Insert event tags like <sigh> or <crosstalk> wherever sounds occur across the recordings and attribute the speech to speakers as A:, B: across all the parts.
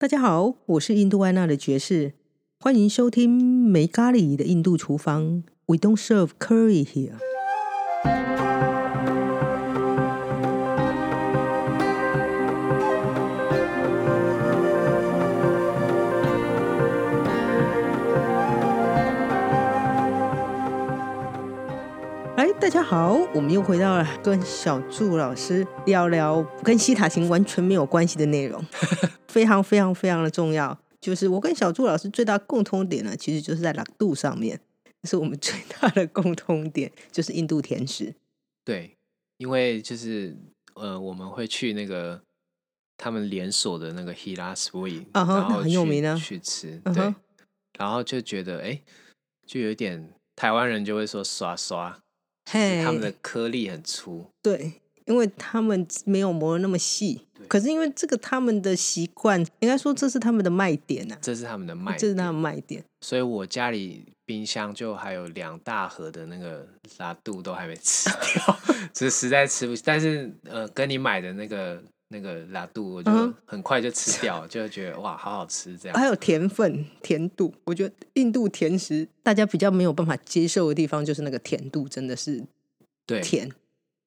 A: 大家好，我是印度安娜的爵士，欢迎收听没咖喱的印度厨房。We don't serve curry here。哎，大家好，我们又回到了跟小祝老师聊聊跟西塔琴完全没有关系的内容。非常非常非常的重要。就是我跟小朱老师最大共通点呢，其实就是在朗度上面，这是我们最大的共通点，就是印度甜食。
B: 对，因为就是呃，我们会去那个他们连锁的那个 Hila Sweet，、
A: 啊哈
B: 然后
A: 那很有
B: 去
A: 名啊
B: 去吃，
A: 嗯
B: 对
A: 哼
B: 然后就觉得哎、诶就有一点台湾人就会说刷刷，就是
A: 嘿
B: 他们的颗粒很粗，
A: 对，因为他们没有磨得那么细，可是因为这个他们的习惯，应该说这是他们的卖点呐、
B: 这是他们的卖
A: 这是
B: 点，
A: 他们卖点。
B: 所以我家里冰箱就还有两大盒的那个拉肚都还没
A: 嗯
B: 吃掉， <laughs> 这实在吃不起，但是呃，跟你买的那个。那个拉肚，我
A: 嗯
B: 就很快就吃掉了，就觉得哇，好好吃这样。
A: 还有甜分、甜度，我觉得印度甜食大家比较没有办法接受的地方，就是那个甜度真的是
B: 对，
A: 甜。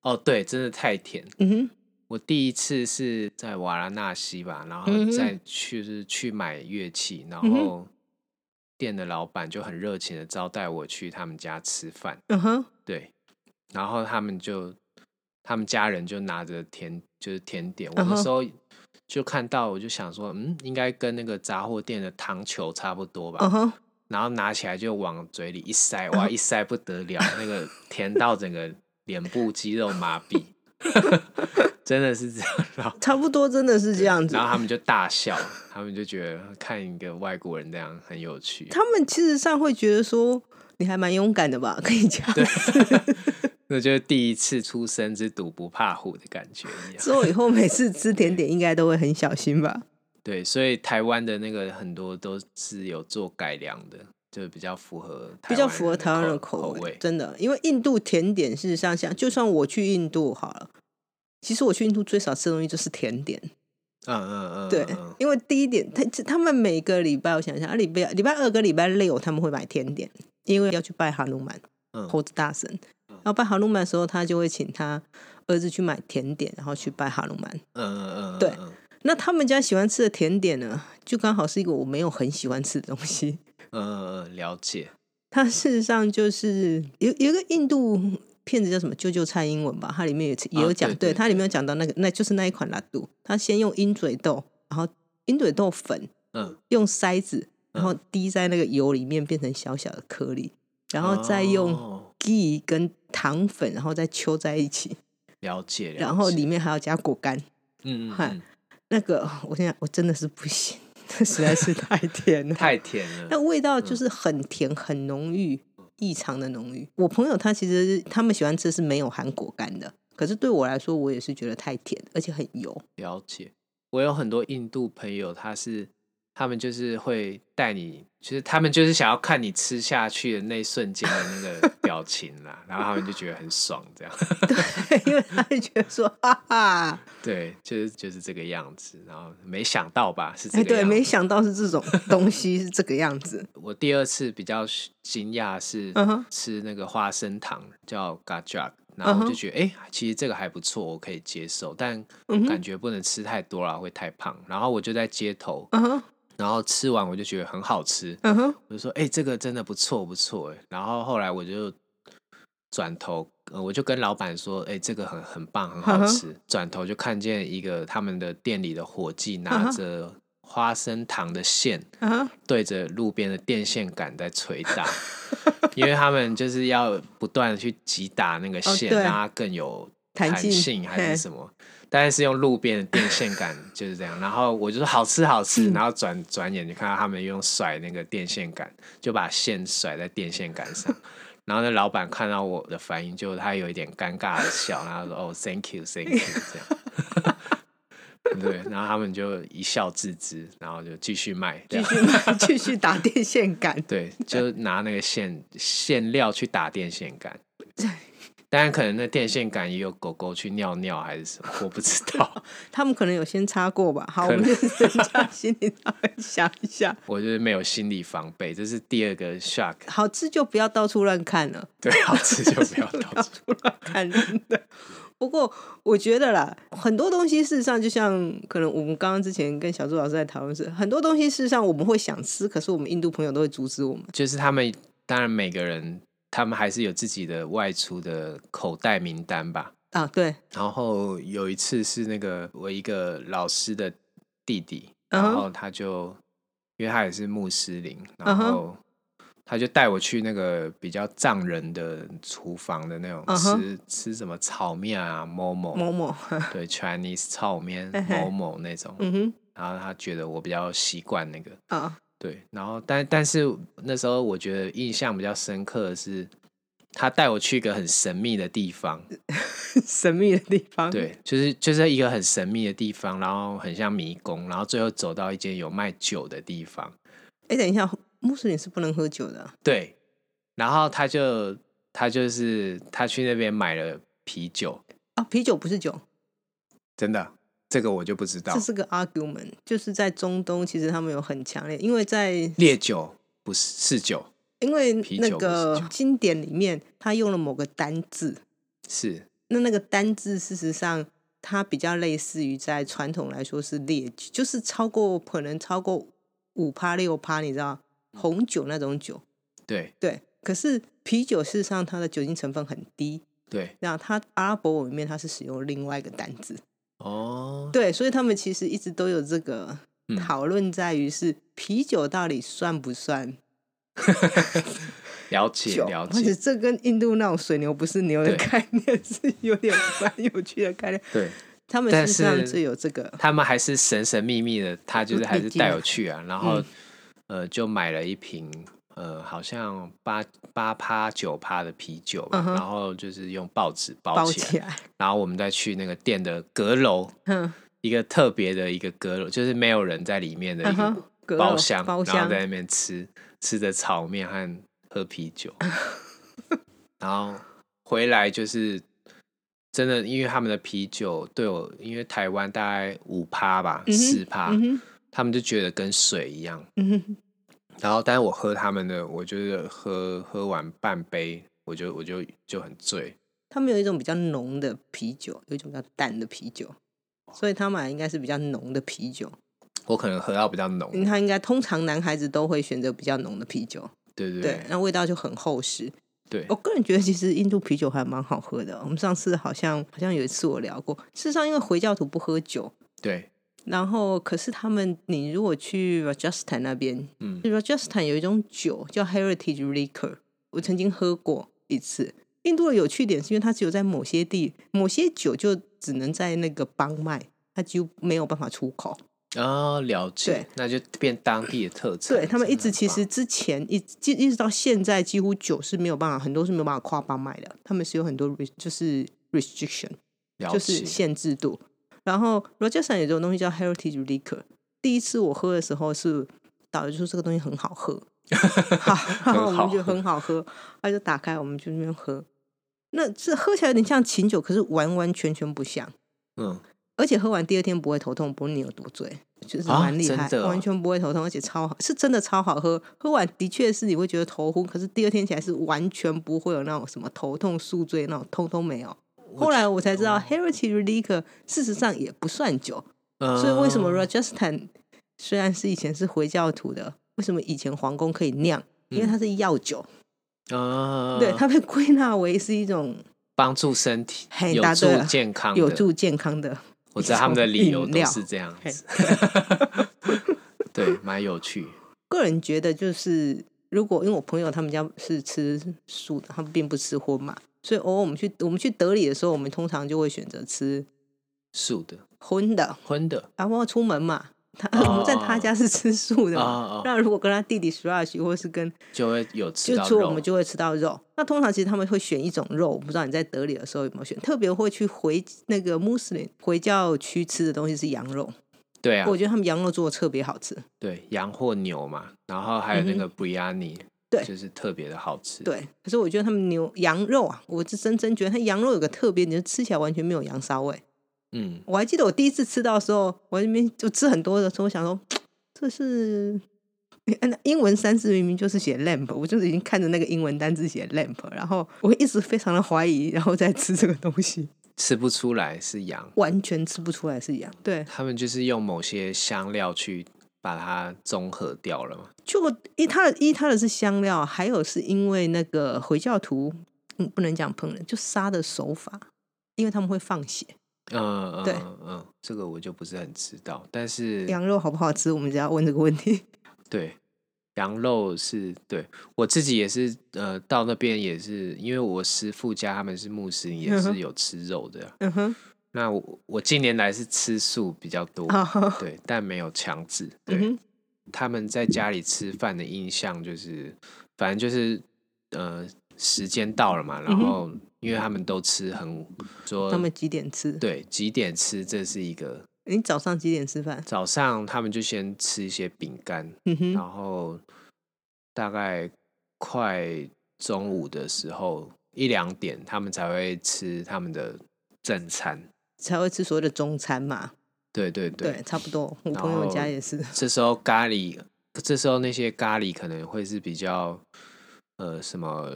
B: 哦，对，真的太甜。
A: 嗯哼，
B: 我第一次是在瓦拉纳西吧，然后
A: 嗯哼
B: 再去、就是去买乐器，然
A: 嗯哼
B: 后店的老板就很热情的招待我去他们家吃饭，
A: 嗯哼，
B: 对，然后他们就他们家人就拿着甜就是甜点，我
A: 嗯
B: 那
A: 哼
B: 时候就看到我就想说，嗯，应该跟那个杂货店的糖球差不多吧，
A: 嗯哼，
B: 然后拿起来就往嘴里一塞，哇，一塞不得了，那个甜到整个脸部肌肉麻痹，真的是这样。然后，
A: 差不多真的是这样子。
B: 然后他们就大笑，他们就觉得看一个外国人这样很有趣。
A: 他们其实上会觉得说你还蛮勇敢的吧，可以讲。
B: 那就是第一次出生之犊不怕虎的感觉一样。
A: 之后以后每次吃甜点应该都会很小心吧？
B: 对，所以台湾的那个很多都是有做改良的，就比较符合台
A: 比较符合台湾人
B: 的
A: 的口
B: 味。
A: 味，真的。因为印度甜点事实上像，就算我去印度好了，其实我去印度最少吃的东西就是甜点。
B: 嗯嗯嗯，
A: 对
B: 嗯嗯，
A: 因为第一点，他他们每个礼拜，我想想，啊，礼拜礼拜二跟礼拜六他们会买甜点，因为要去拜哈努曼。
B: 嗯
A: 猴子大神。然后拜哈努曼的时候，他就会请他儿子去买甜点，然后去拜哈努曼。
B: 嗯嗯嗯，
A: 对
B: 嗯嗯
A: 那他们家喜欢吃的甜点呢，就刚好是一个我没有很喜欢吃的东西。 <laughs>
B: 嗯嗯，了解。
A: 它事实上就是有有一个印度片子叫什么《救救蔡英文》吧，它里面也也有讲，
B: 啊对对
A: 它里面有讲到那个，那就是那一款拉肚，它先用鹰嘴豆，然后鹰嘴豆粉
B: 嗯，
A: 用筛子，然后
B: 嗯
A: 滴在那个油里面变成小小的颗粒，然后再用
B: 哦
A: ghee 跟糖粉，然后再揪在一起，
B: 了解，了
A: 然后
B: 解
A: 里面还要加果干。
B: 嗯嗯
A: 嗨
B: 嗯，
A: 那个我现在我真的是不行， <laughs> 这实在是太甜了，
B: 太甜
A: 那
B: 了，
A: 味道就是很甜，很浓郁，异常的浓郁。我朋友他其实他们喜欢吃是没有含果干的，可是对我来说，我也是觉得太甜，而且很油。 <laughs>
B: 了解。我有很多印度朋友，他是他们就是会带你，就是他们就是想要看你吃下去的那一瞬间的
A: <laughs>
B: 那个表情啦，然后他们就觉得很爽，这样。 <laughs>
A: 对，因为他会觉得说，哈哈，
B: 对，就是就是这个样子。然后没想到吧，是
A: 哎，
B: 这个
A: 对，
B: 样
A: 没
B: 子。
A: 想到是这种东西是这个样子。
B: 我第二次比较惊讶是
A: 嗯哼
B: 吃那个花生糖，叫 gajak。然
A: 嗯
B: 后
A: 哼
B: 我就觉得，哎、其实这个还不错，我可以接受，但
A: 嗯
B: 感
A: 哼，
B: 觉不能吃太多了，会太胖。然后我就在街头，
A: 嗯哼，
B: 然后吃完我就觉得很好吃，
A: 嗯哼，
B: 我就说：“哎、这个真的不错，不错。”哎，然后后来我就转头，呃我就跟老板说：“哎、这个很很棒，很
A: 嗯
B: 好
A: 哼
B: 吃。转头就看见一个他们的店里的伙计
A: 嗯
B: 拿
A: 哼
B: 着花生糖的线，
A: 嗯哼，
B: 对着路边的电线杆在捶打，因为他们就是要不断的去击打那个
A: 哦
B: 线，
A: 对
B: 让它更有
A: 弹性
B: 性还
A: 嘿
B: 是什么。但是是用路边的电线杆就是这样，然后我就说好吃好
A: 嗯
B: 吃，然后转转眼就看到他们用甩那个电线杆，就把线甩在电线杆上。然后那老板看到我的反应，就他有一点尴尬的笑，然后说：“哦，thank you，thank you。”这 <laughs> 样。 <laughs> 对，然后他们就一笑置之，然后就继续卖，这
A: 继
B: 样
A: 续买继续打电线杆。
B: 对，就拿那个线线料去打电线杆。 <laughs> 当然可能那电线杆也有狗狗去尿尿还是什么，我不知道。
A: 他们可能有先擦过吧。好，我
B: 可
A: 们
B: 能
A: 就是人家心里稍微想一下。
B: 我就是没有心理防备，这是第二个 shock。
A: 好吃就不要到处乱看了，
B: 对，好吃就不要到处。
A: 乱看真的。 <laughs> 不过我觉得啦，很多东西事实上就像可能我们刚刚之前跟小朱老师在讨论是，很多东西事实上我们会想吃，可是我们印度朋友都会阻止我们。
B: 就是他们当然每个人，他们还是有自己的外出的口袋名单吧。
A: 啊，对，
B: 然后有一次是那个我一个老师的弟弟，
A: 嗯
B: 然
A: 哼
B: 后他就因为他也是穆斯林，然
A: 嗯哼
B: 后他就带我去那个比较藏人的厨房的那种
A: 嗯哼
B: 吃吃什么炒面啊、某某
A: 某
B: <laughs>
A: 某，
B: 对 Chinese 炒面
A: 嘿嘿
B: 某某那种，
A: 嗯
B: 然后他觉得我比较习惯那个，
A: 哼，啊， <laughs>
B: 对，然后但但是那时候我觉得印象比较深刻的是，他带我去一个很神秘的地方，
A: 神秘的地方，，
B: 对，就是就是一个很神秘的地方，然后很像迷宫，然后最后走到一间有卖酒的地方，
A: 哎，等一下，穆斯林是不能喝酒的啊、
B: 对，然后他就他就是他去那边买了啤酒，
A: 啊，啤酒不是酒，
B: 真的，这个我就不知道
A: 这，是个 argument，就是在中东，其实他们有很强烈，因为在
B: 烈酒不是是酒，
A: 因为
B: 啤
A: 那
B: 酒不是
A: 个
B: 酒
A: 经典里面，他用了某个单字，
B: 是
A: 那那个单字事实上它比较类似于在传统来说是烈酒，就是超过可能超过五趴六趴，你知道
B: 嗯
A: 红酒那种酒，
B: 对
A: 对。可是啤酒事实上它的酒精成分很低，
B: 对
A: 那它阿拉伯文里面它是使用另外一个单字，
B: 哦，
A: 对，所以他们其实一直都有这个
B: 嗯
A: 讨论，在于是啤酒到底算不算
B: 了解
A: 酒？
B: 了
A: 而且
B: 解，
A: 这跟印度那种水牛不是牛的
B: 对
A: 概念 <laughs> 是有点蛮有趣的概念。
B: 对。
A: 他们
B: 但
A: 事实上
B: 是
A: 是有这个，
B: 他们还是神神秘秘的，他就是还是带我去啊，然后、
A: 嗯
B: 呃就买了一瓶呃好像八八趴九趴的啤酒吧，
A: 嗯哼
B: 然后就是用报纸包
A: 包
B: 起来，
A: 起来。
B: 然后我们再去那个店的阁楼， <laughs>
A: 嗯
B: 一个特别的一个阁楼，就是没有人在里面的
A: 嗯
B: 一
A: 哼
B: 个，
A: 阁楼
B: 包厢，
A: 包
B: 然后
A: 厢
B: 在那边吃吃着炒面和喝啤
A: <laughs>
B: 酒，然后回来就是真的，因为他们的啤酒对我，因为台湾大概五趴吧，
A: 嗯哼
B: 四趴、
A: 嗯哼
B: 他们就觉得跟水一样。
A: 嗯哼，
B: 然后，但是我喝他们的，我就是喝喝完半杯，我就我就就很醉。
A: 他们有一种比较浓的啤酒，有一种比较淡的啤酒，所以他买应该是比较浓的啤酒。
B: 我可能喝到比较浓，
A: 因为他应该通常男孩子都会选择比较浓的啤酒，
B: 对对
A: 对，那哦味道就很厚实。
B: 对
A: 我个人觉得，其实印度啤酒还蛮好喝的。我们上次好像好像有一次我聊过，事实上因为回教徒不喝酒，
B: 对
A: 然后可是他们，你如果去 Rajasthan 那边，
B: 嗯
A: ，Rajasthan 有一种酒叫 Heritage Liquor，我曾经喝过一次。印度的有趣点是因为它只有在某些地，某些酒就只能在那个邦卖，它几乎没有办法出口。
B: 哦，了解
A: 对，
B: 那就变当地的特产。
A: 对他们一直
B: 真的
A: 其
B: 很棒
A: 实之前一一一直到现在，几乎酒是没有办法，很多是没有办法跨邦卖的，他们是有很多 re, 就是 restriction，
B: 了
A: 就是
B: 解，
A: 限制度。然后罗杰山有这种东西叫 Heritage Liquor，第一次我喝的时候是导游就说这个东西很好
B: <laughs>
A: 喝，好，然后我们就很好喝，他就打开我们就那边喝，那这喝起来有点像琴酒，可是完完全全不像，
B: 嗯，
A: 而且喝完第二天不会头痛，不论你有多醉，就是
B: 啊
A: 蛮厉害，
B: 真的哦
A: 完全不会头痛，而且超好，是真的超好喝。喝完的确是你会觉得头昏，可是第二天起来是完全不会有那种什么头痛、宿醉那种，通通没有。后来我才知
B: 嗯
A: 道，Heritage Liquor 事实上也不算酒，所以为什么
B: 嗯
A: Rajasthan 虽然是以前是回教徒的，为什么以前皇宫可以酿？因
B: 嗯
A: 为它是药酒，
B: 啊，
A: 对它被归纳为是一种
B: 帮助身体
A: 嘿，
B: 有
A: 答对
B: 助
A: 了
B: 健康的，
A: 有助健康
B: <laughs>
A: 的。
B: 我知道他们的理由
A: 饮
B: 都
A: 料
B: 是这样
A: 嘿
B: 子，对，蛮有趣，
A: 个人觉得就是，如果因为我朋友他们家是吃素的，他们并不吃荤嘛，所以偶尔我们去我们去德里的时候，我们通常就会选择吃
B: 素的、
A: 荤的，
B: 荤的
A: 然后出门嘛。他、 <laughs>
B: 哦
A: 我们在他家是吃素的嘛，
B: 哦哦
A: 那如果跟他弟弟 Suraj 或是跟
B: 就会有吃
A: 就
B: 到
A: 出我
B: 肉
A: 们，就会吃到肉。那通常其实他们会选一种肉，我不知道你在德里的时候有没有选，特别会去回那个穆斯林回教区吃的东西是羊肉，
B: 对啊
A: 我，觉得他们羊肉做的特别好吃。
B: 对，羊或牛嘛，然后还有那个 biryani，
A: 嗯对
B: 就是特别的好吃。，
A: 对，可是我觉得他们牛羊肉啊，我是真真觉得它羊肉有个特别，你就吃起来完全没有羊骚味。
B: 嗯，
A: 我还记得我第一次吃到的时候，我在那边就吃很多的时候，我想说这是哎那英文单字明明就是写 lamp，我就是已经看着那个英文单字写 lamp，然后我一直非常的怀疑，然后再吃这个东西，
B: 吃不出来是羊，
A: 完全吃不出来是羊。对，
B: 他们就是用某些香料去把它综合掉了嘛。
A: 就一它的一它的是香料，还有是因为那个回教徒，嗯，不能讲烹饪，就杀的手法，因为他们会放血。
B: 嗯嗯
A: 对
B: 嗯嗯，这个我就不是很知道，但是
A: 羊肉好不好吃，我们只要问这个问题。
B: 对，羊肉是对我自己也是，呃，到那边也是，因为我师傅家他们是穆斯林，也
A: 嗯
B: 是
A: 哼
B: 有吃肉的啊。
A: 嗯哼，
B: 那我我近年来是吃素比较多，
A: 嗯好，
B: 对，但没有强制。对，
A: 哦嗯哼，
B: 他们在家里吃饭的印象就是，反正就是，呃，时间到了嘛，然
A: 嗯哼
B: 后因为他们都吃很说
A: 他们几点吃？
B: 对几点吃，这是一个
A: 你早上几点吃饭？
B: 早上他们就先吃一些饼干，
A: 嗯哼，
B: 然后大概快中午的时候一两点，他们才会吃他们的正餐。
A: 才会吃所谓的中餐嘛。
B: 对对对，
A: 对，差不多。我
B: 然
A: 朋友家
B: 后
A: 也是。
B: 这时候咖喱，这时候那些咖喱可能会是比较呃什么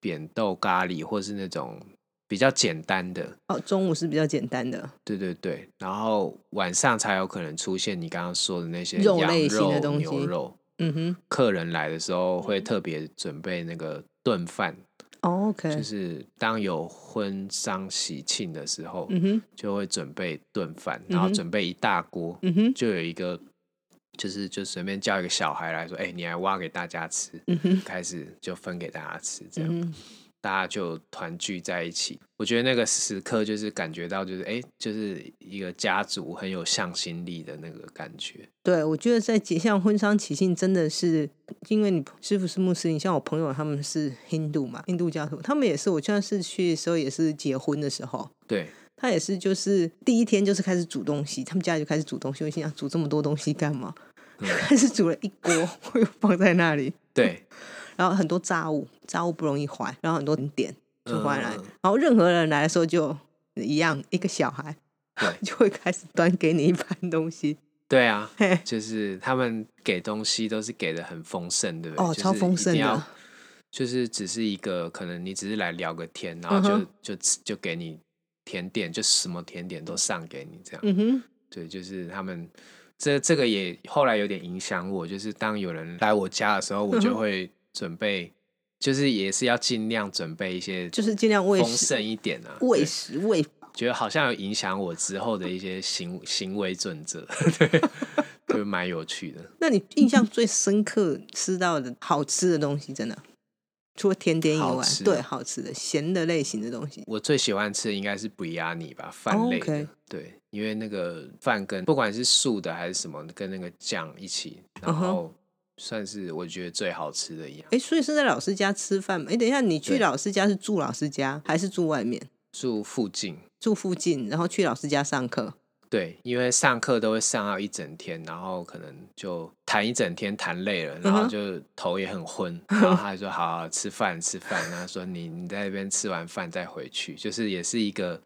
B: 扁豆咖喱，或是那种比较简单的。
A: 哦，中午是比较简单的
B: 对对对，然后晚上才有可能出现你刚刚说的那些
A: 肉
B: 羊
A: 类型的
B: 肉
A: 东
B: 牛
A: 西
B: 肉。
A: 嗯
B: 客人来的时候会特别准备那个炖饭，
A: 哼，OK，哦
B: 就是当有婚丧喜庆的时候，
A: 嗯哼，
B: 就会准备炖饭，然
A: 嗯
B: 后
A: 哼
B: 准备一大锅，
A: 嗯哼，
B: 就有一个就是就随便叫一个小孩来说，哎、你来挖给大家吃，
A: 嗯哼，
B: 开始就分给大家吃，
A: 嗯
B: 这样、
A: 哼，
B: 大家就团聚在一起。我觉得那个时刻就是感觉到就是哎、就是一个家族很有向心力的那个感觉。
A: 对，我觉得在结像婚丧喜庆，真的是因为你师傅是穆斯林，像我朋友他们是 Hindu 嘛，印度教徒，他们也是。我上次去的时候也是结婚的时候，
B: 对，
A: 他也是就是第一天就是开始煮东西，他们家里就开始煮东西。我心想煮这么多东西干嘛？ <laughs> 开始煮了一锅，我又放在那里，
B: 对，
A: 然后很多炸物，炸物不容易坏，然后很多人点 <laughs> 就坏来，
B: 嗯
A: 然后任何人来的时候就一样，一个小孩
B: 对
A: 就会开始端给你一盘东西，
B: 对啊
A: 嘿，
B: 就是他们给东西都是给的很丰盛，对不对？
A: 哦
B: 就是
A: 超丰盛的
B: 一定要就是只是一个可能你只是来聊个天，然后就、
A: 嗯
B: 就吃就给你甜点，就什么甜点都上给你这样。
A: 嗯哼，
B: 对，就是他们这这个也后来有点影响我，就是当有人来我家的时候，我
A: 嗯
B: 就
A: 哼
B: 会准备，就是也是要尽量准备一些
A: 就是尽量喂
B: 丰
A: 食、
B: 盛一点啊，
A: 喂
B: 对
A: 食、喂饱。
B: 觉得好像有影响我之后的一些行行为准则， <laughs> 对，就蛮有趣的。
A: 那你印
B: 嗯
A: 象最深刻吃到的好吃的东西，真的除了甜点以
B: 好
A: 外，
B: 吃啊的
A: 对好吃的咸的类型的东西，
B: 我最喜欢吃的应该是布亚尼吧，饭类的。
A: 哦 OK
B: 对，因为那个饭跟不管是素的还是什么，跟那个酱一起，然
A: 嗯哼
B: 后算是我觉得最好吃的一样。
A: 哎，所以是在老师家吃饭吗？哎，等一下，你去
B: 对
A: 老师家是住老师家还是住外面？
B: 住附近，
A: 住附近，然后去老师家上课。
B: 对，因为上课都会上到一整天，然后可能就谈一整天，谈累了，然后
A: 嗯哼
B: 就头也很昏，
A: <laughs>
B: 然后他就说好好吃饭吃饭，然后说你你在那边吃完饭再回去，就是也是一个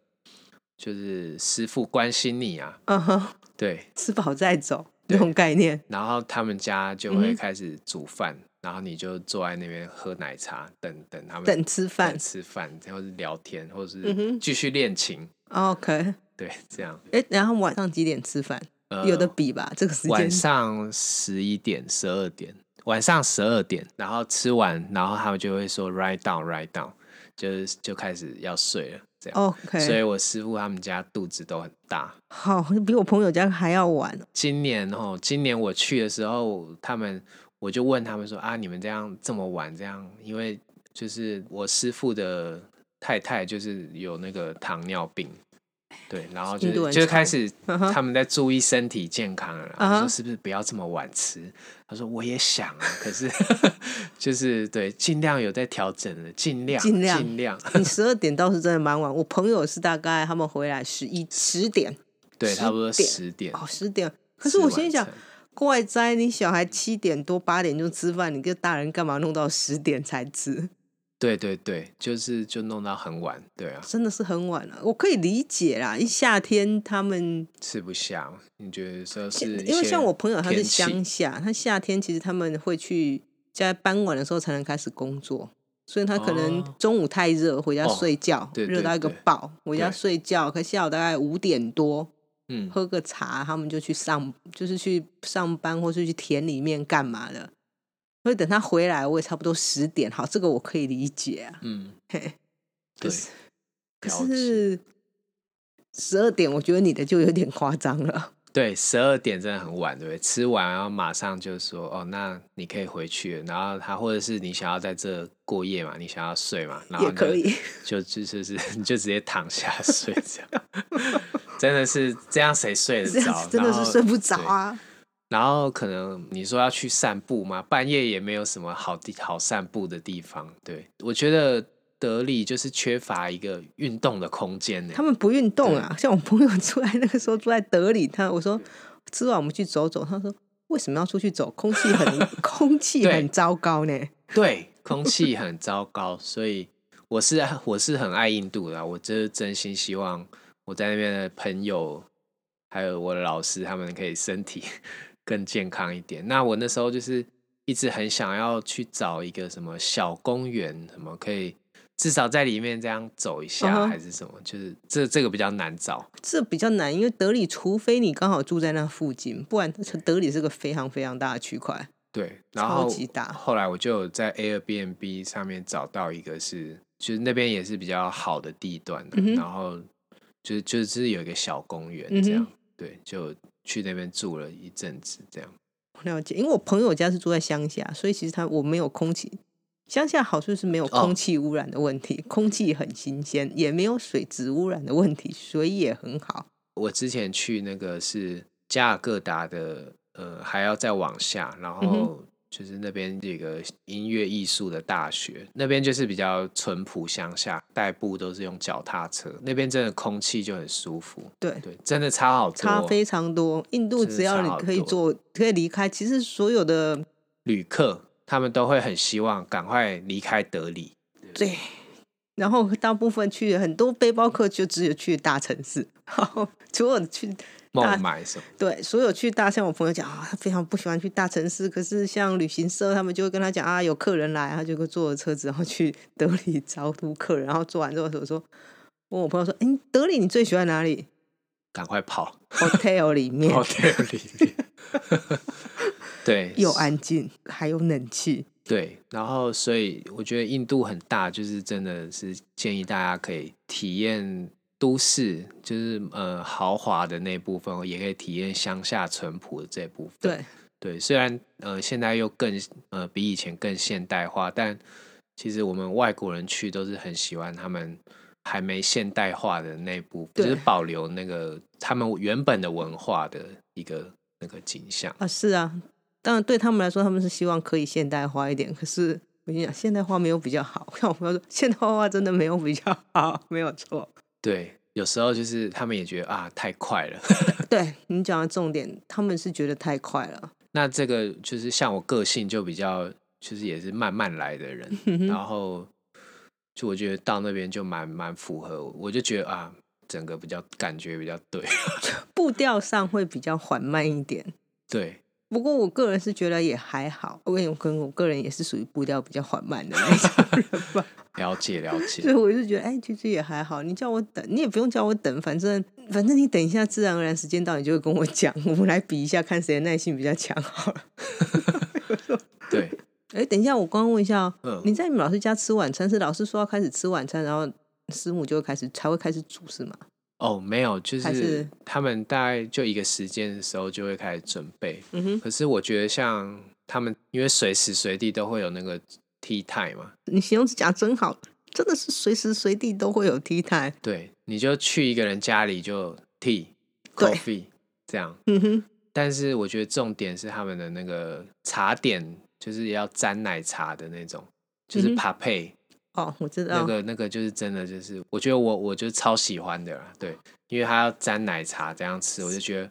B: 就是师傅关心你啊，
A: 嗯哼， <laughs>
B: 对，
A: 吃饱再走
B: 对
A: 这种概念。
B: 然后他们家就
A: 嗯
B: 会
A: 哼
B: 开始煮饭，然后你就坐在那边喝奶茶，等等他们
A: 等吃饭
B: 等。吃饭，然后是聊天，或
A: 嗯
B: 是
A: 哼
B: 继续练琴，
A: OK，
B: 对，这样。
A: 哎，然后晚上几点吃饭？
B: 呃
A: 有的比吧，这个时间
B: 晚。上十一点、十二点，晚上十二点，然后吃完，然后他们就会说 “right down, right down”，就是就开始要睡了，这样。所以
A: OK，
B: 我师傅他们家肚子都很大。
A: 好，比我朋友家还要晚。
B: 今年哦，今年我去的时候，他们我就问他们说啊，你们这样这么晚这样，因为就是我师傅的太太就是有那个糖尿病，对，然后就
A: 印度
B: 是
A: 人
B: 就
A: 常
B: 开始
A: 嗯哼
B: 他们在注意身体健康了啦。
A: 嗯哼
B: 我说是不是不要这么晚吃？他说我也想啊，可是 <laughs> 就是对，尽量有在调整的，尽量
A: 尽量
B: 尽量，
A: 你十二点倒是真的蛮晚，我朋友是大概他们回来十一十点哦
B: 对，差不多
A: 10点
B: 十点。
A: 哦，十点。可是我心里想，怪哉，你小孩七点多八点就吃饭，你个大人干嘛弄到十点才吃？
B: 对对对，就是就弄到很晚，对啊，
A: 真的是很晚了、我可以理解啦。一夏天他们，
B: 吃不下。你觉得说是一
A: 因为
B: 些
A: 像我朋友他是
B: 天气
A: 乡下，他夏天其实他们会去在傍晚的时候才能开始工作，所以他可能
B: 哦
A: 中午太热回家
B: 哦
A: 睡觉，
B: 对
A: 热
B: 对
A: 到一个
B: 对
A: 爆，回家
B: 对
A: 睡觉，可下午大概五点多
B: 嗯
A: 喝个茶，他们就去上，就是去上班或是去田里面干嘛的。所以等他回来，我也差不多十点。好，这个我可以理解啊。 <laughs>
B: 嗯
A: 嘿，
B: 对，
A: 是可
B: 了解
A: 是十二点，我觉得你的就有点夸张了。
B: 对，十二点真的很晚，对不对？吃完然后马上就说哦，那你可以回去了。然后他或者是你想要在这过夜嘛，你想要睡嘛，然后
A: 也可
B: 就
A: 以，
B: 就就就是 <laughs> 你就直接躺下睡这样， <laughs> 真的是这样谁睡
A: 这
B: 得
A: 样
B: 着
A: 子？真的
B: 然
A: 是
B: 后
A: 睡不着啊。
B: 然后可能你说要去散步嘛，半夜也没有什么好地好散步的地方。对我觉得德里就是缺乏一个运动的空间呢
A: 他。们不运动啊，像我朋友住在那个时候住在德里，他我说吃完我们去走走，他说为什么要出去走？空气
B: <laughs>
A: 很空气
B: 对
A: 很糟糕呢。
B: 对，空气很糟糕，所以我是我是很爱印度的啊，我就是真心希望我在那边的朋友还有我的老师他们可以身体 <laughs> 更健康一点。那我那时候就是一直很想要去找一个什么小公园，什么可以至少在里面这样走一下
A: 嗯哼
B: 还是什么，就是这这个比较难找。
A: 这比较难，因为德里除非你刚好住在那附近，不然德里是个非常非常大的区块。
B: 对，然
A: 超
B: 后
A: 级大
B: 后来我就有在 Airbnb 上面找到一个是，就是那边也是比较好的地段、啊
A: 嗯哼
B: 然后就就是有一个小公园
A: 嗯哼
B: 这样，对，就去那边住了一阵子这样。
A: 了解，因为我朋友家是住在乡下，所以其实他我没有空气。乡下好处是没有
B: 哦
A: 空气污染的问题，空气很新鲜，也没有水质污染的问题，水也很好。
B: 我之前去那个是加尔各答的，呃，还要再往下，然
A: 嗯
B: 后就是那边有一个音乐艺术的大学，那边就是比较淳朴乡下，代步都是用脚踏车，那边真的空气就很舒服，
A: 对，
B: 对，真的差好多、哦
A: 差非常多。印度
B: 真的
A: 只要
B: 差
A: 你
B: 好
A: 可以
B: 多
A: 做，可以离开，其实所有的
B: 旅客，他们都会很希望赶快离开德里。
A: 对，然后大部分去很多背包客就只有去大城市， <laughs> 然后除了去大
B: 孟买什么？
A: 对，所有去大，像我朋友讲啊，他非常不喜欢去大城市，可是像旅行社他们就会跟他讲啊，有客人来，他就会坐着车子，然后去德里招呼客人，然后做完之后，我说问我朋友说，哎、德里你最喜欢哪里
B: 赶快跑
A: ？hotel 里面
B: 到德里面。对，
A: 又安静，还有冷气，
B: 对，然后所以我觉得印度很大，就是真的是建议大家可以体验都市，就是呃豪华的那部分，也可以体验乡下淳朴的这部分。
A: 对，
B: 对，虽然呃现在又更呃比以前更现代化，但其实我们外国人去都是很喜欢他们还没现代化的那部分，就是
A: 对
B: 保留那个他们原本的文化的一个那个景象。
A: 啊，是啊，当然对他们来说，他们是希望可以现代化一点，可是我跟你讲，现代化没有比较好， <laughs> 像我朋友说，现代化真的没有比较好，没有错。
B: 对，有时候就是他们也觉得啊太快了。 <laughs>
A: 对你讲的重点，他们是觉得太快了。
B: 那这个就是像我个性就比较，就是也是慢慢来的人，然后就我觉得到那边就蛮蛮符合我，我就觉得啊，整个比较感觉比较对， <laughs>
A: 步调上会比较缓慢一点。
B: 对，
A: 不过我个人是觉得也还好，我跟我跟我个人也是属于步调比较缓慢的那一种
B: <laughs>
A: 人吧，
B: 了解了
A: 所以
B: 解，
A: 我就觉得，哎，其实也还好。你叫我等，你也不用叫我等，反正反正你等一下，自然而然时间到，你就会跟我讲。我们来比一下，看谁的耐性比较强好了。 <laughs>
B: 对，
A: 哎，等一下，我刚刚问一下、哦，
B: 嗯，
A: 你在你们老师家吃晚餐是老师说要开始吃晚餐，然后师母就会开始才会开始煮是吗？
B: 哦，没有，就
A: 还是
B: 是他们大概就一个时间的时候就会开始准备，
A: 嗯哼，
B: 可是我觉得像他们，因为随时随地都会有那个 tea time 嘛，
A: 你形容词讲得真好，真的是随时随地都会有 T 台。
B: 对，你就去一个人家里就 tea
A: 对
B: coffee 这样。
A: 嗯哼。
B: 但是我觉得重点是他们的那个茶点，就是要沾奶茶的那种，就是
A: 嗯哼
B: p a p e
A: 哦，我知道，
B: 那个那个就是真的就是，我觉得我我就超喜欢的啦，对，因为他要沾奶茶这样吃，我就觉得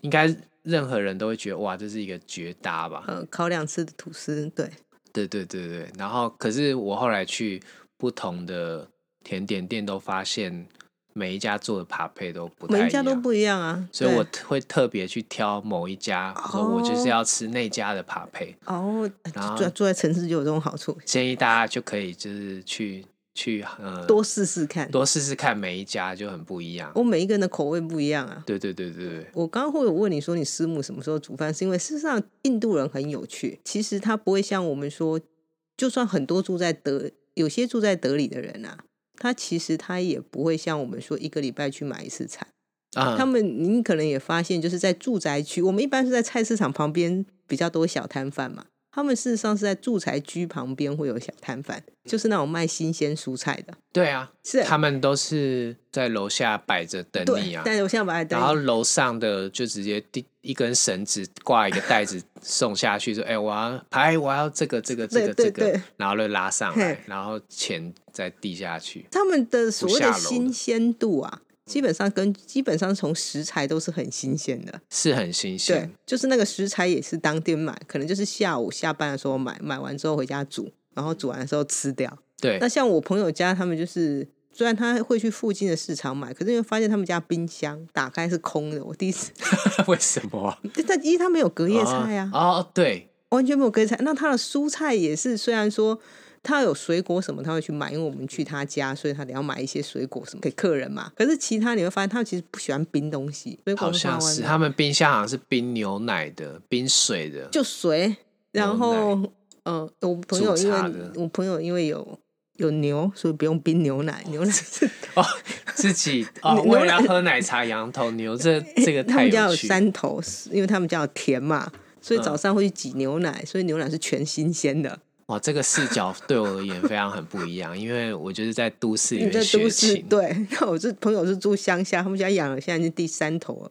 B: 应该任何人都会觉得哇，这是一个绝搭吧？
A: 呃，烤两次的吐司，对，
B: 对对对对。然后，可是我后来去不同的甜点店，都发现每一家做的扒配都不太
A: 每一家都不一样啊。
B: 所以我
A: 对
B: 特会特别去挑某一家，我说我就是要吃那家的扒配。
A: 哦，
B: 然后
A: 住住在城市就有这种好处，
B: 建议大家就可以就是去去呃
A: 多试试看。
B: 多试试看，每一家就很不一样。
A: 我每一个人的口味不一样啊。
B: 对对对对对，
A: 我刚刚会有问你说你师母什么时候煮饭，是因为事实上印度人很有趣，其实他不会像我们说，就算很多住在德，有些住在德里的人啊，他其实他也不会像我们说一个礼拜去买一次菜。
B: 啊、
A: 他们您可能也发现，就是在住宅区，我们一般是在菜市场旁边比较多小摊贩嘛，他们事实上是在住宅区旁边会有小摊贩，就是那种卖新鲜蔬菜的，
B: 对啊，
A: 是
B: 他们都是在楼下摆着等你
A: 对
B: 啊。。
A: 但是我现在把它
B: 然后
A: 等，
B: 楼上的就直接递一根绳子挂一个袋子送下去，说：“哎、我要拍，我要这个这个这
A: 对
B: 个这
A: 对
B: 个
A: 对。”
B: 然后就拉上来
A: 嘿，
B: 然后钱再递下去。
A: 他们的所谓
B: 下
A: 的
B: 楼的
A: 新鲜度啊，基本上跟基本上从食材都是很新鲜的，
B: 是很新
A: 对
B: 鲜，，
A: 就是那个食材也是当天买，可能就是下午下班的时候买，买完之后回家煮，然后煮完的时候吃掉。
B: 对
A: 那像我朋友家，他们就是虽然他会去附近的市场买，可是因为发现他们家冰箱打开是空的，我第一次， <laughs>
B: <laughs> 为什么啊？
A: 但一他没有隔夜菜啊，
B: 哦，哦对，
A: 完全没有隔夜菜。那他的蔬菜也是，虽然说他有水果什么他会去买，因为我们去他家，所以他得要买一些水果什么给客人嘛。可是其他你会发现，他其实不喜欢冰东西，水果
B: 好
A: 会放
B: 像
A: 在外
B: 是
A: 面
B: 他们冰箱好像是冰牛奶的、冰水的，
A: 就水，然后呃，我朋友因为
B: 煮茶的
A: 我朋友因为有。有牛，所以不用冰牛奶。牛奶是
B: 哦，自己哦，
A: <laughs> 牛
B: 为了要喝奶茶羊头牛，这这
A: <laughs>
B: 个
A: 他
B: 太
A: 们家
B: 有
A: 有
B: 趣。
A: 山头，因为他们家有田嘛，所以
B: 嗯
A: 早上会去挤牛奶，所以牛奶是全新鲜的。
B: 哇，这个视角对我而言非常很不一样，因为我就是在都市里
A: 你在
B: 面学
A: 都市
B: 琴，
A: <laughs> 对，那我是朋友是住乡下，他们家养了现在已经第三头
B: <laughs>
A: 了，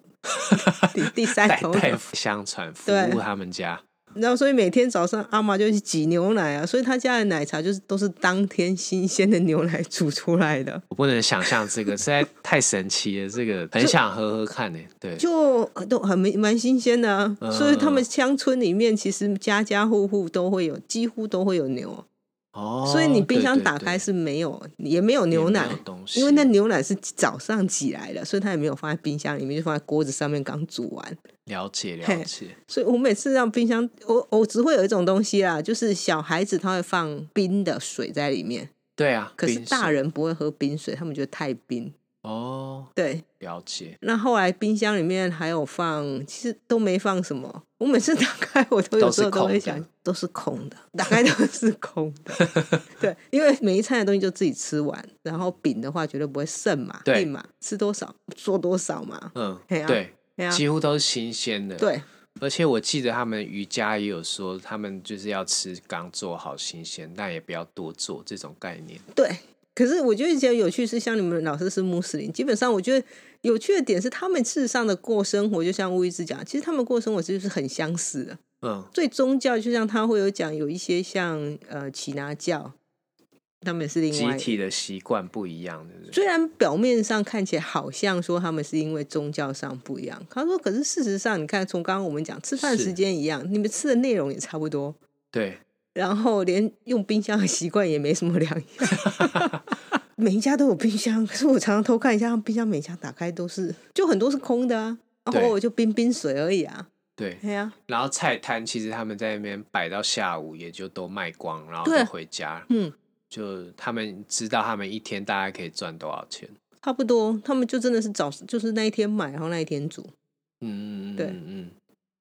A: 第第三
B: 代
A: 头了。
B: 代相传，服
A: 对
B: 务他们家。
A: 然后所以每天早上阿妈就去挤牛奶啊，所以他家的奶茶就是都是当天新鲜的牛奶煮出来的。
B: 我不能想象这个，实在太神奇了，这个很想喝喝看呢、对，
A: 就都很蛮蛮新鲜的啊。
B: 嗯
A: 所以他们乡村里面其实家家户户都会有，几乎都会有牛，
B: 哦，
A: 所以你冰
B: 对
A: 箱
B: 对
A: 打
B: 对
A: 开是没有，也没有
B: 也
A: 牛
B: 没
A: 奶 <laughs>
B: 有。东西，
A: 因为那牛奶是早上挤来的，所以它也没有放在冰箱里面，就放在锅子上面刚煮完。
B: 了解
A: 嘿
B: 了解，
A: 所以我每次让冰箱，我我只会有一种东西啦，就是小孩子他会放冰的水在里面，
B: 对啊，
A: 可是
B: 冰
A: 大
B: 水
A: 人不会喝冰水，他们觉得太冰。
B: 哦，
A: 对，
B: 了解，
A: 那后来冰箱里面还有放，其实都没放什么。我每次打开，我都有时候都会想，都是空的，打开都是空的。对，因为每一餐的东西就自己吃完，然后饼的话绝对不会剩嘛，
B: 对
A: 硬嘛，吃多少做多少嘛。
B: 嗯，
A: 嘿啊
B: 对，
A: 对啊，
B: 几乎都是新鲜的，
A: 对，
B: 而且我记得他们瑜伽也有说，他们就是要吃刚做好新鲜，但也不要多做这种概念。
A: 对。可是我觉得比较有趣是，像你们老师是穆斯林，基本上我觉得有趣的点是，他们事实上的过生活，就像乌伊兹讲，其实他们过生活就是很相似的。
B: 嗯，
A: 最宗教，就像他会有讲有一些像呃耆那教，他们是另
B: 集
A: 外，
B: 体的习惯不一样，对不对？
A: 虽然表面上看起来好像说他们是因为宗教上不一样，他说可是事实上，你看从刚刚我们讲吃饭
B: 是
A: 时间一样，你们吃的内容也差不多，
B: 对，
A: 然后连用冰箱的习惯也没什么两样。
B: <laughs>
A: 每一家都有冰箱，可是我常常偷看一下，他们冰箱每一家打开都是，就很多是空的啊，然
B: 对
A: 后我就冰冰水而已啊，
B: 对，
A: 对呀、
B: 然后菜摊其实他们在那边摆到下午也就都卖光，然后
A: 对
B: 就回家。
A: 嗯，
B: 就他们知道他们一天大概可以赚多少钱。
A: 差不多，他们就真的是早，就是那一天买，然后那一天煮，
B: 嗯嗯嗯
A: 对
B: 嗯嗯，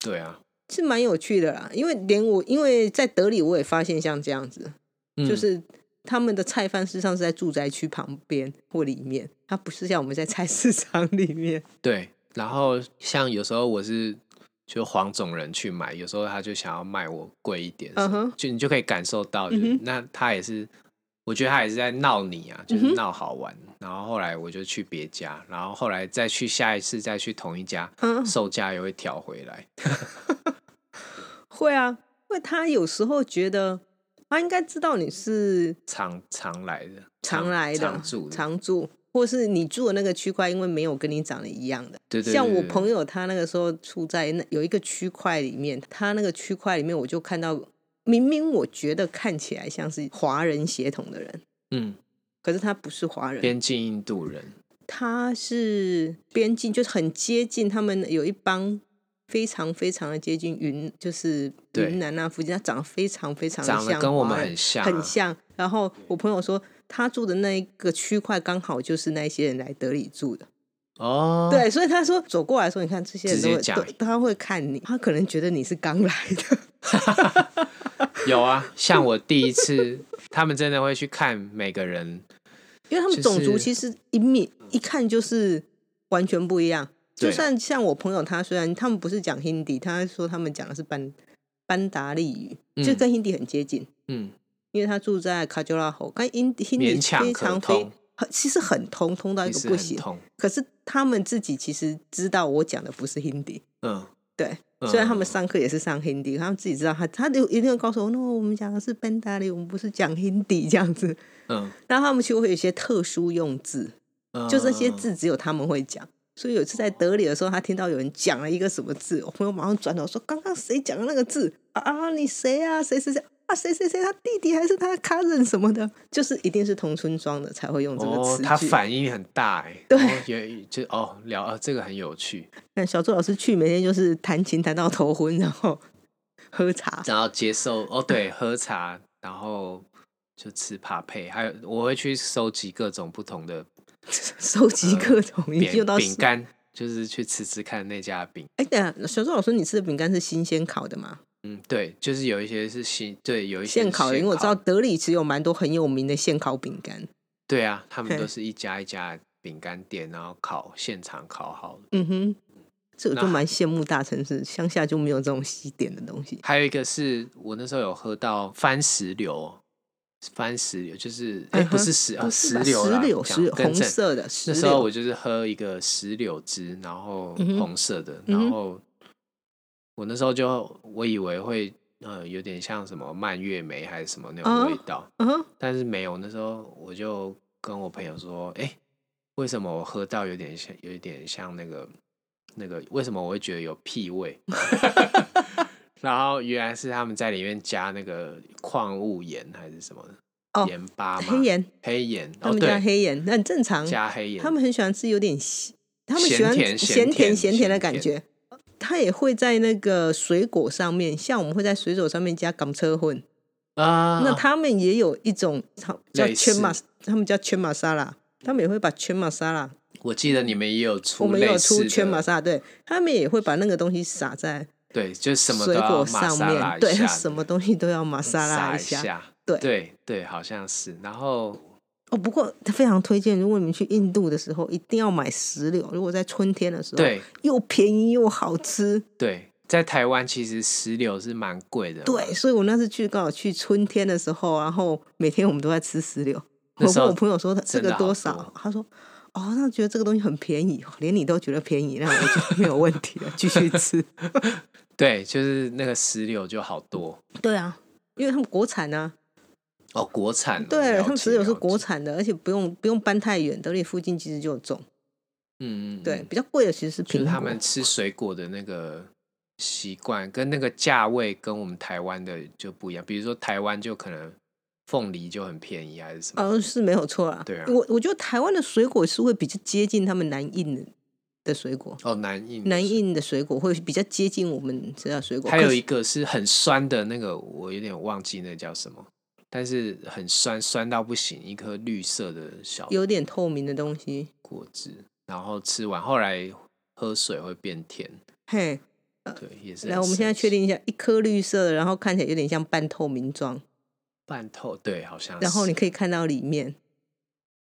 B: 对啊，
A: 是蛮有趣的啦。因为连我，因为在德里我也发现像这样子，
B: 嗯
A: 就是他们的菜贩事实上是在住宅区旁边或里面，它不是像我们在菜市场里面。
B: 对。然后像有时候我是就黄种人去买，有时候他就想要卖我贵一点什么
A: 嗯哼，
B: 就你就可以感受到，就是
A: 嗯哼
B: 那他也是，我觉得他也是在闹你啊，就
A: 嗯
B: 是
A: 哼
B: 闹好玩。然后后来我就去别家，然后后来再去下一次再去同一家，
A: 嗯，
B: 售价也会调回来。
A: 会啊，因为他有时候觉得他应该知道你是
B: 常常来的，
A: 常来的、
B: 常住的
A: 常住或是你住的那个区块，因为没有跟你长得一样的。
B: 对对对
A: 像我
B: 对
A: 朋友他那个时候住在那有一个区块里面，他那个区块里面我就看到，明明我觉得看起来像是华人血统的人，
B: 嗯，
A: 可是他不是华人，
B: 边境印度人，
A: 他是边境，就是很接近他们有一帮非常非常的接近云，就是
B: 对
A: 云南那啊附近，他长得非常非常地
B: 长得
A: 像
B: 跟我们
A: 华人
B: 很像啊
A: 很像。然后我朋友说，他住的那一个区块刚好就是那一些人来德里住的，
B: 哦，，
A: 对，所以他说走过来说，你看这些人
B: 直
A: 都
B: 接
A: 会
B: 讲
A: 都他会看你，他可能觉得你是刚来的，
B: 有啊，像我第一次， <laughs> 他们真的会去看每个人，
A: 因为他们
B: 就
A: 种族
B: 是
A: 其实一面一看就是完全不一样。就
B: 对
A: 算像我朋友，他虽然他们不是讲 Hindi，他说他们讲的是班班达利语，就
B: 嗯
A: 跟 Hindi 很接近，
B: 嗯，
A: 因为他住在卡丘拉侯，跟 Hindi
B: 勉
A: Hindi
B: 强
A: 非
B: 可
A: 常非
B: 通
A: 很其实很通，通到一
B: 嗯其
A: 个
B: 实
A: 不
B: 很
A: 行。
B: 痛，
A: 可是他们自己其实知道我讲的不是 Hindi，
B: 嗯，
A: 对。
B: 嗯
A: 虽然他们上课也是上 Hindi，他们自己知道他，他就一定会告诉我，那、哦我们讲的是班达利，我们不是讲 Hindi 这样子。
B: 嗯，
A: 然后他们就会有一些特殊用字，
B: 嗯
A: 就这些，字只有他们会讲。所以有一次在德里的时候，他听到有人讲了一个什么字，我朋友马上转头说：“刚刚谁讲的那个字啊？啊，你谁啊？谁谁谁啊？谁谁谁？他弟弟还是他 cousin 什么的？就是一定是同村庄的才会用这个
B: 哦
A: 词，句。
B: 他反应很大哎、欸，
A: 对
B: 哦，也就哦聊啊，这个很有趣，
A: 那小朱老师去每天就是弹琴弹到头昏，然后喝茶。
B: 然后接受
A: <laughs>
B: 哦，对，喝茶，然后就吃扒配，还有我会去收集各种不同的
A: 收集各种一用
B: 嗯饼
A: 到
B: 饼干，就是去吃吃看那家的饼。
A: 哎，等一下，小朱老师，你吃的饼干是新鲜烤的吗？
B: 嗯，对，就是有一些是新，对，有一些
A: 现
B: 是
A: 烤的，因为我知道德里其实有蛮多很有名的现烤饼干。
B: 对啊，他们
A: 嘿
B: 都是一家一家饼干店，然后烤现场烤好的。
A: 嗯哼，这我就
B: 那
A: 蛮羡慕大城市，乡下就没有这种西点的东西。
B: 还有一个是我那时候有喝到番石榴，番石榴就是哎、
A: 嗯哼
B: 不是石啊
A: 不是
B: 石
A: 吧
B: 榴啦，
A: 石榴，
B: 讲
A: 石榴
B: 更
A: 红
B: 正
A: 色的石
B: 那时候
A: 榴
B: 我。就是喝一个石榴汁，然后
A: 嗯哼
B: 红色的，
A: 嗯哼
B: 然后我那时候就我以为会呃有点像什么蔓越莓还是什么那
A: 哦
B: 种味道，
A: 嗯哼，
B: 但是没有。那时候我就跟我朋友说，哎、为什么我喝到有点像有一点像那个那个，为什么我会觉得有屁味？ <laughs> 然后原来是他们在里面加那个矿物盐还是什么的
A: 哦
B: 盐巴嘛，
A: 黑盐，
B: 黑盐，
A: 他
B: 哦
A: 们加
B: 对，
A: 黑盐，那很正常。
B: 加黑盐，
A: 他们很喜欢吃有点咸，他们喜
B: 咸
A: 欢
B: 甜咸
A: 咸
B: 甜
A: 咸甜的
B: 咸
A: 感
B: 甜
A: 觉。他也会在那个水果上面，像我们会在水果上面加港车混，
B: 啊，
A: 那他们也有一种叫叫
B: 类
A: c
B: 似
A: h 他们叫 c h 沙拉，他们也会把 c h 沙拉
B: 我记得你们也有出，
A: 我们有出圈
B: 圈
A: 玛莎，对他们也会把那个东西撒在
B: 对，就是什么都
A: 水
B: 要
A: 果
B: 玛
A: 上
B: 莎拉
A: 面，
B: 一
A: 对，他
B: 下
A: <laughs> 什么东西都要玛莎拉
B: 撒
A: 一下。
B: 下，
A: 对
B: 对对，好像是。然后
A: 哦，不过非常推荐，如果你们去印度的时候，一定要买石榴。如果在春天的时候，，
B: 对
A: 又便宜又好吃，
B: 对，在台湾其实石榴是蛮贵的，
A: 对。，所以我那次去刚好去春天的时候，然后每天我们都在吃石榴。我
B: 那时
A: 问
B: 候
A: 我朋友说他这
B: 真
A: 个
B: 的好
A: 多少，
B: 多
A: 他说。哦，那觉得这个东西很便宜，连你都觉得便宜，那我就没有问题了，继续
B: <laughs>
A: 吃。
B: 对，就是那个石榴就好多
A: 对啊，因为他们国产啊，
B: 哦，国产哦
A: 对，
B: 了
A: 他们
B: 解
A: 石榴是
B: 了解
A: 国产的，而且不用不用搬太远，德里附近其实就有种。
B: 嗯嗯，
A: 对，
B: 嗯，
A: 比较贵的其实是苹
B: 就是
A: 果。
B: 他们吃水果的那个。习惯跟那个价位跟我们台湾的就不一样，比如说台湾就可能凤梨就很便宜还是什么，
A: 呃是没有错啦。
B: 对啊
A: 我我觉得台湾的水果是会比较接近他们南印的的水果，
B: 哦南印
A: 南印的水果会比较接近我们这道水果。
B: 还有
A: 可是
B: 一个是很酸的那个，我有点忘记那叫什么，但是很酸，酸到不行，一颗绿色的小
A: 有点透明的东西，
B: 果汁，然后吃完后来喝水会变甜，
A: 嘿，
B: 对，也是很神奇。
A: 来呃我们现在确定一下，一颗绿色的，然后看起来有点像半透明状，
B: 半透，对，好啊像是。
A: 然后你可以看到里面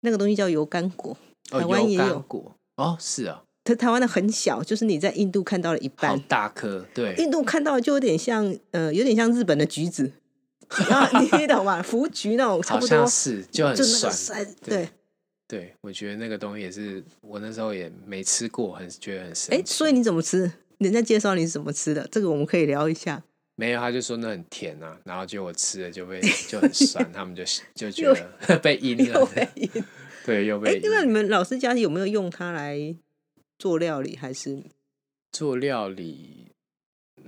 A: 那个东西叫油甘果，
B: 哦
A: 台湾也
B: 油甘
A: 有
B: 果哦，是啊，
A: 它台湾的很小，就是你在印度看到了一
B: 好
A: 半，
B: 大颗，对，
A: 印度看到的就有点像，呃，有点像日本的橘子，啊， <laughs> 你你懂吗？福橘那种差
B: 好
A: 不多
B: 像，是就很
A: 就那个
B: 酸，
A: size，
B: 对
A: 对，
B: 对，我觉得那个东西也是我那时候也没吃过，很觉得很神
A: 哎，
B: 奇。
A: 所以你怎么吃？人家介绍你是怎么吃的，这个我们可以聊一下。
B: 没有，他就说那很甜啊，
A: <laughs>
B: 然后结果我吃了就被就很酸，他们就就觉得 <laughs> 被阴
A: 又
B: 了。
A: 被
B: 对，又
A: 哎、
B: 被
A: 那你们老师家里有没有用它来做料理？还是
B: 做料理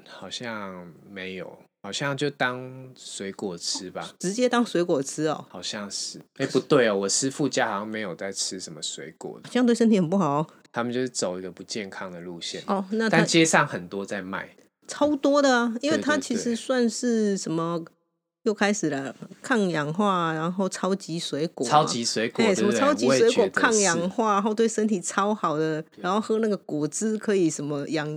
B: 好像没有，好像就当水果吃吧，
A: 直接当水果吃哦？
B: 好像是。哎、不对哦，我师傅家好像没有在吃什么水果的，
A: 这样对身体很不好哦。
B: 他们就是走一个不健康的路线。
A: 哦那它
B: 但街上很多在卖，
A: 超多的啊，因为
B: 对
A: 它
B: 对
A: 其
B: 对
A: 实算是什么又开始了抗氧化，然后超级水果啊、
B: 超级水果，
A: 哎，
B: 对
A: 什么
B: 不对
A: 超级
B: 我也
A: 水
B: 觉
A: 果
B: 得
A: 抗
B: 是
A: 氧化，然后对身体超好的，然后喝那个果汁可以什么养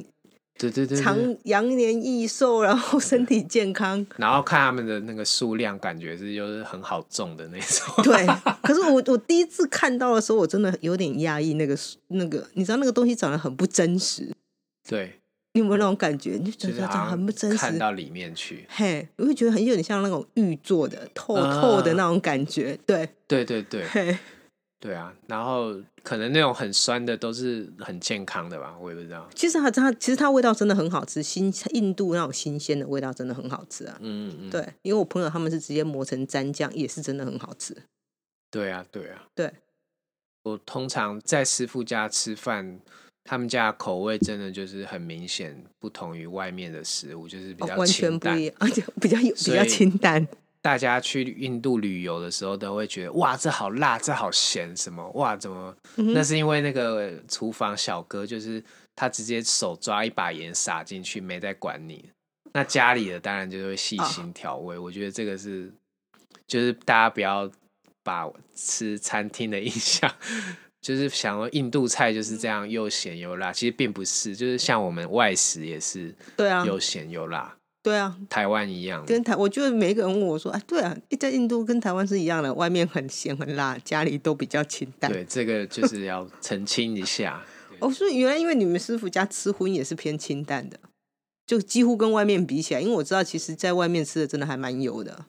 B: 对对对对
A: 长延年益寿，然后身体健康。
B: 然后看他们的那个数量，感觉是就是很好种的那种。 <laughs>
A: 对，可是我我第一次看到的时候，我真的有点压抑。那个那个，你知道那个东西长得很不真实，
B: 对，
A: 你有没有那种感觉？你就觉
B: 就
A: 得
B: 是
A: 它
B: 好
A: 长得
B: 像
A: 很不真
B: 看
A: 实。
B: 到里面去。
A: 嘿，我会觉得很有点像那种玉做的透透的那种感觉，对，
B: 对对嗯对
A: 嘿，
B: 对啊，然后可能那种很酸的都是很健康的吧，我也不知道。
A: 其实它它其实它味道真的很好吃，新印度那种新鲜的味道真的很好吃啊。
B: 嗯嗯嗯，
A: 对，因为我朋友他们是直接磨成蘸酱，也是真的很好吃。
B: 对啊对啊。
A: 对，
B: 我通常在师傅家吃饭，他们家的口味真的就是很明显不同于外面的食物，就是比
A: 哦，
B: 较
A: 完全
B: 清
A: 不
B: 淡。
A: 一样， <laughs> 而且比较有比
B: 所
A: 较
B: 以
A: 清
B: <laughs>
A: 淡。
B: 大家去印度旅游的时候，都会觉得哇，这好辣，这好咸，什么哇，怎么？
A: 嗯
B: 那是因为那个厨房小哥就是他直接手抓一把盐撒进去，没在管你。那家里的当然就会细
A: 啊
B: 心调味，我觉得这个是，就是大家不要把吃餐厅的印象，就是想说印度菜就是这样又咸又辣，其实并不是，就是像我们外食也是
A: 对啊，
B: 又咸又辣，
A: 对啊，
B: 台湾一样。
A: 跟台，我觉得每一个人问我说，哎，对啊，在印度跟台湾是一样的，外面很咸很辣，家里都比较清淡。
B: 对，这个就是要澄清一下。
A: 哦，所以原来因为你们师傅家吃荤也是偏清淡的，就几乎跟外面比起来，因为我知道其实在外面吃的真的还蛮油
B: <laughs>
A: 的。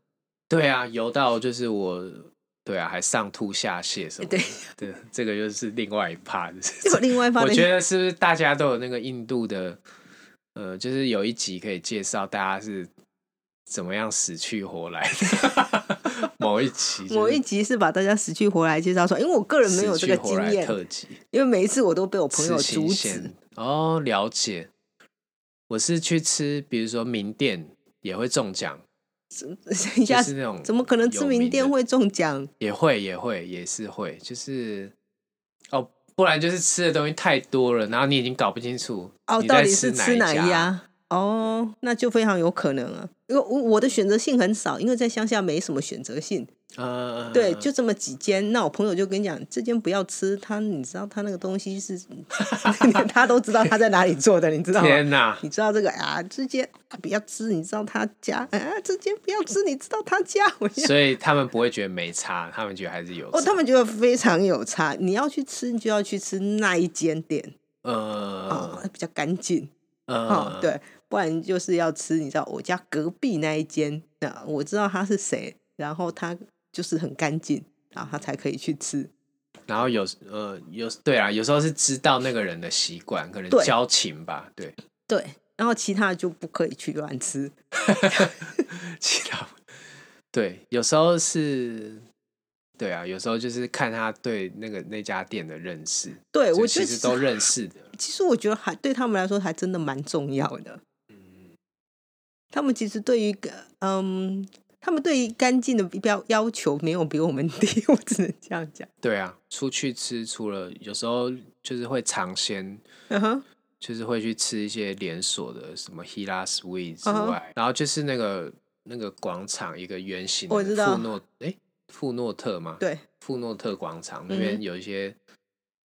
B: 对啊，油到就是我，对啊，还上吐下泻什么的。对，这个就是另外一趴。就是
A: 就另外发
B: 我觉
A: 现，
B: 得是不是大家都有那个印度的，呃，就是有一集可以介绍大家是怎么样死去活来的 <laughs> 某一集，
A: <laughs> 某一集是把大家死去活来介绍出来，因为我个人没有这个经验，
B: 特辑，
A: 因为每一次我都被我朋友
B: 吃
A: 阻
B: 新
A: 止
B: 鲜。哦，了解。我是去吃，比如说名店也会中奖，
A: <laughs> 一
B: 就
A: 下
B: 是那种
A: 怎么可能知
B: 嗯有
A: 名
B: 的
A: 店会中奖？
B: 也会，也会，也是会，就是哦，不然就是吃的东西太多了，然后你已经搞不清楚
A: 哦，
B: 你
A: 到
B: 在
A: 底是吃
B: 吃
A: 哪
B: 一
A: 一家？哦，那就非常有可能啊，因为我我的选择性很少，因为在乡下没什么选择性，
B: 呃，
A: 对，就这么几间。那我朋友就跟你讲，这间不要吃，他你知道他那个东西是， <laughs> 他都知道他在哪里做的，你知道吗？
B: 天哪，
A: 你知道这个啊，这间啊不要吃，你知道他家啊，这间不要吃，你知道他家，我就
B: 所以他们不会觉得没差，他们觉得还是有
A: 哦，
B: 差。
A: 他们觉得非常有差。你要去吃，你就要去吃那一间店啊、
B: 呃
A: 比较干净。哦
B: 呃，，
A: 对，不然就是要吃，你知道我家隔壁那一间，那我知道他是谁，然后他就是很干净，然后他才可以去吃。
B: 然后有呃有对啊，有时候是知道那个人的习惯，可能
A: 对
B: 交情吧，对，
A: 对，然后其他的就不可以去乱吃。
B: 其他对，有时候是。对啊，有时候就是看他对那个那家店的认识，
A: 对，
B: 就
A: 我觉
B: 其
A: 得
B: 实都认识的。
A: 其实我觉得还对他们来说还真的蛮重要的。
B: 嗯
A: 他们其实对于嗯，他们对于干净的标要求没有比我们 <laughs> 低，我只能这样讲。
B: 对啊，出去吃除了有时候就是会尝鲜，
A: 嗯哼，
B: 就是会去吃一些连锁的什么 Hila Sweet 之
A: 嗯哼
B: 外然后就是那个那个广场一个圆形的
A: 我知道
B: 富诺诶，富诺特嘛，
A: 对，
B: 富诺特广场那
A: 嗯哼
B: 边有一些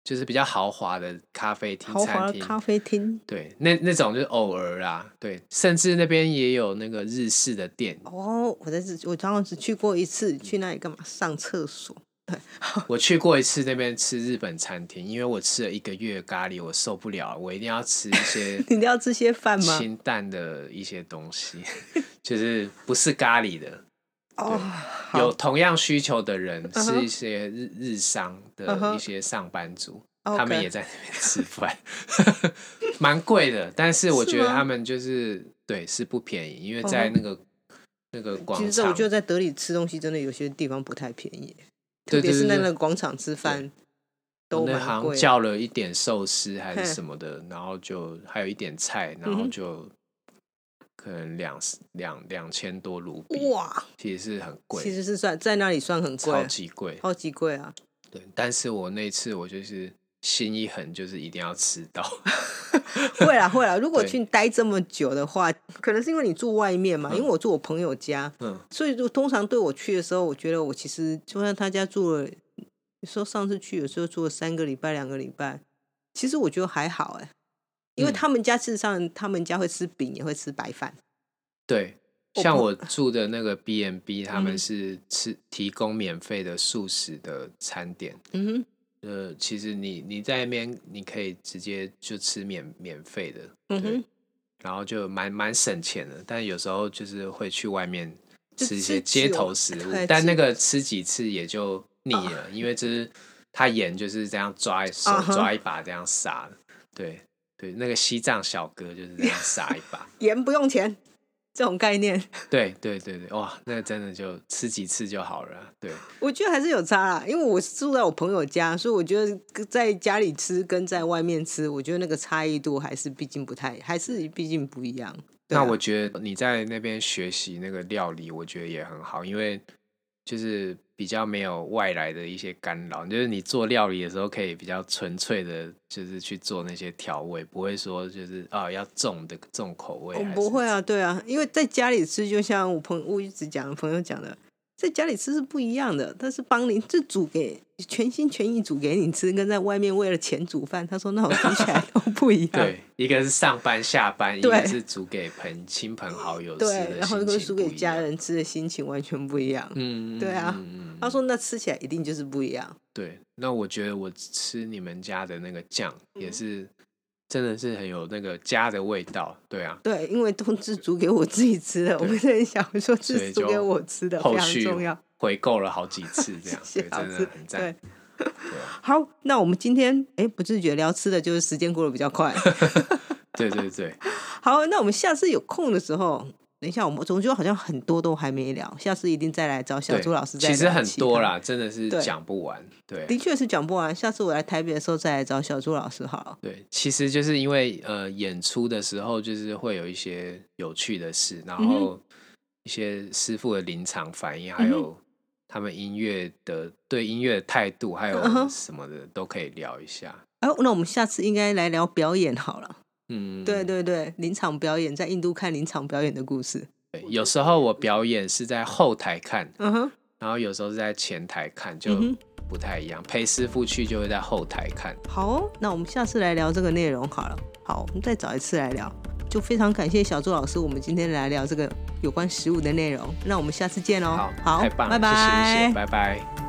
B: 就是比较豪华的咖啡厅、
A: 豪华
B: 餐
A: 的
B: 厅。
A: 咖啡厅
B: 对，那那种就是偶尔啦，对，甚至那边也有那个日式的店，
A: 哦，我在这我当时去过一次，去那里干嘛？上厕所。 <laughs>
B: 我去过一次那边吃日本餐厅，因为我吃了一个月咖喱，我受不了了，我一定要吃一些
A: <laughs> 你一定要吃些饭吗？
B: 清淡的一些东西， <laughs> 就是不是咖喱的。
A: 哦，
B: 有
A: 好
B: 同样需求的人
A: 嗯
B: 是
A: 哼
B: 一些日日商
A: 嗯
B: 的
A: 哼
B: 一些上班族，
A: OK
B: 他们也在那边吃饭， <laughs> 蛮贵的。但是我
A: 是
B: 觉得
A: 吗
B: 他们就是对是不便宜，因为在
A: 嗯
B: 那个那个广
A: 其实
B: 场
A: 我觉得在德里吃东西真的有些地方不太便宜。特
B: 对
A: 别
B: 对
A: 是
B: 对
A: 在
B: 对
A: 那个广场吃饭都
B: 我那
A: 蛮
B: 好
A: 贵的。
B: 像叫了一点寿司还
A: 嘿
B: 是什么的，然后就还有一点菜，然
A: 嗯
B: 后
A: 哼
B: 就可能两两两千多卢比，
A: 哇，
B: 其实是很
A: 其
B: 贵，
A: 实是算在那里算很
B: 超
A: 贵，啊
B: 级贵。
A: 超级贵啊！
B: 对，但是我那次我就是心一狠，就是一定要吃
A: <laughs>
B: 到。
A: 会啦会啦，如果
B: 对
A: 去待这么久的话，可能是因为你住外面嘛，因为我住我朋友家，
B: 嗯，
A: 所以就通常对我去的时候，我觉得我其实就算他家住了，你说上次去有时候住了三个礼拜、两个礼拜，其实我觉得还好哎、因为
B: 嗯
A: 他们家事实上他们家会吃饼，也会吃白饭，
B: 对，
A: 我
B: 像
A: 不
B: 我住的那个 B n B，他
A: 嗯
B: 们是吃提供免费的素食的餐点。
A: 嗯哼，
B: 呃，其实你你在那边你可以直接就吃免免费的，
A: 嗯
B: 对
A: 哼，
B: 然后就蛮蛮省钱的。但有时候就是会去外面
A: 就
B: 吃一
A: 吃
B: 些街
A: 久
B: 头
A: 了哦
B: 食
A: <laughs>
B: 物
A: 对，
B: 但
A: 吃
B: 那个吃几次也就腻了，因为就是他盐就是这样抓一手
A: 啊哈
B: 抓一把这样撒的，对对，那个西藏小哥就是这样撒一
A: <laughs>
B: 把。
A: 盐不用钱这种概念， <laughs>
B: 对对对对，哇，那真的就吃几次就好了。对，
A: 我觉得还是有差啦，因为我是住在我朋友家，所以我觉得在家里吃跟在外面吃，我觉得那个差异度还是毕竟不太，还是毕竟不一样。对啊
B: 那我觉得你在那边学习那个料理，我觉得也很好，因为就是比较没有外来的一些干扰，就是你做料理的时候可以比较纯粹的，就是去做那些调味，不会说就是啊要重的重口味
A: 我
B: 还是。
A: 不会啊，对啊，因为在家里吃，就像我朋我一直讲的朋友讲的，在家里吃是不一样的，他是帮你就煮给全心全意煮给你吃，跟在外面为了钱煮饭，他说那种听起来都不一样。<laughs>
B: <laughs> 对，一个是上班下班，一个
A: 对
B: 是煮给朋亲朋好友吃的
A: 对，然后一
B: 心
A: 个
B: 情
A: 煮给
B: 不一
A: 家
B: 样，
A: 人吃的心情完全不一样。
B: 嗯，
A: 对啊
B: 嗯嗯嗯
A: 他说那吃起来一定就是不一样。
B: 对，那我觉得我吃你们家的那个酱
A: 嗯
B: 也是，真的是很有那个家的味道。对啊，
A: 对，因为都是煮给我自己吃的，我
B: 对
A: 们很想说
B: 所
A: 是
B: 以
A: 煮给
B: 就
A: 我吃的，非
B: 后
A: 常
B: 续
A: 重要。
B: 回购了好几次，这样
A: <laughs> 谢
B: 对，
A: 谢老
B: 真
A: 师
B: 的很，
A: 对
B: 赞。。对啊
A: <laughs> 好，那我们今天哎，不自觉聊吃的，就是时间过得比较快。
B: 对对对，
A: 好，那我们下次有空的时候，等一下，我们总觉得好像很多都还没聊，下次一定再来找 <laughs> 小
B: 对
A: 朱老师再
B: 其实
A: 聊
B: 很
A: 其
B: 多
A: 他，
B: 啦，真的是
A: 对
B: 讲不完。对
A: 的确是讲不完。下次我来台北的时候再来找小朱老师好了。
B: 对，其实就是因为呃演出的时候，就是会有一些有趣的事，然
A: 嗯哼
B: 后一些师傅的临场反应，还
A: 嗯哼
B: 有他们音乐的对音乐的态度，还
A: 嗯
B: 有
A: 哼
B: 什么的都可以聊一下。
A: 哎、那我们下次应该来聊表演好了。
B: 嗯，
A: 对对对，临场表演，在印度看临场表演的故事。
B: 对，有时候我表演是在后台看，
A: 嗯哼，
B: 然后有时候是在前台看，就
A: 嗯
B: 不太一样。陪师傅去就会在后台看。
A: 好哦，那我们下次来聊这个内容好了。好，我们再找一次来聊。就非常感谢小朱老师，我们今天来聊这个有关食物的内容。那我们下次见哦。
B: 好，太棒
A: 拜
B: 了，
A: 拜
B: 谢谢，拜拜。